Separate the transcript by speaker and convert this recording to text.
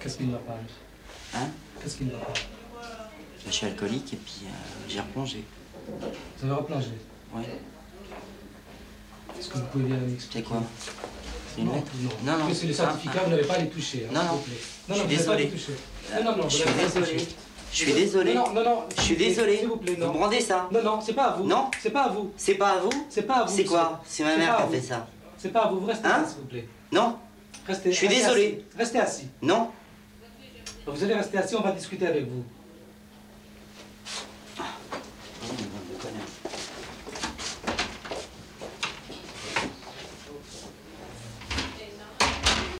Speaker 1: Qu'est-ce qui ne va pas lui
Speaker 2: Hein
Speaker 1: Qu'est-ce qui ne va pas
Speaker 2: Je suis alcoolique et puis euh, j'ai replongé.
Speaker 1: Vous avez replongé.
Speaker 2: Ouais.
Speaker 1: Est-ce que vous pouvez bien m'expliquer
Speaker 2: C'est quoi Une
Speaker 1: Non,
Speaker 2: lettre
Speaker 1: non.
Speaker 2: Non, non.
Speaker 1: Mais c'est les
Speaker 2: Ah,
Speaker 1: certificats,
Speaker 2: ah.
Speaker 1: vous n'allez pas les toucher. hein,
Speaker 2: Non,
Speaker 1: s'il
Speaker 2: non.
Speaker 1: vous plaît.
Speaker 2: Je
Speaker 1: Non, non,
Speaker 2: suis
Speaker 1: vous n'allez
Speaker 2: désolé. Euh,
Speaker 1: pas les toucher. Non, non, non,
Speaker 2: je
Speaker 1: vous
Speaker 2: suis
Speaker 1: n'allez pas les
Speaker 2: désolé.
Speaker 1: toucher.
Speaker 2: Je suis désolé.
Speaker 1: Non, non, non.
Speaker 2: Je suis désolé.
Speaker 1: S'il vous plaît,
Speaker 2: Vous me
Speaker 1: non.
Speaker 2: rendez ça
Speaker 1: Non, non, c'est pas à vous.
Speaker 2: Non.
Speaker 1: C'est pas à vous.
Speaker 2: C'est pas à vous
Speaker 1: C'est pas à vous.
Speaker 2: C'est
Speaker 1: monsieur.
Speaker 2: quoi C'est ma
Speaker 1: C'est
Speaker 2: mère
Speaker 1: pas
Speaker 2: qui
Speaker 1: à
Speaker 2: a fait
Speaker 1: vous.
Speaker 2: ça.
Speaker 1: C'est pas à vous. Vous restez
Speaker 2: Hein
Speaker 1: là, s'il vous plaît.
Speaker 2: Non
Speaker 1: Restez.
Speaker 2: Je suis
Speaker 1: restez
Speaker 2: désolé.
Speaker 1: assis. Restez assis.
Speaker 2: Non
Speaker 1: Vous allez rester assis, on va discuter avec vous.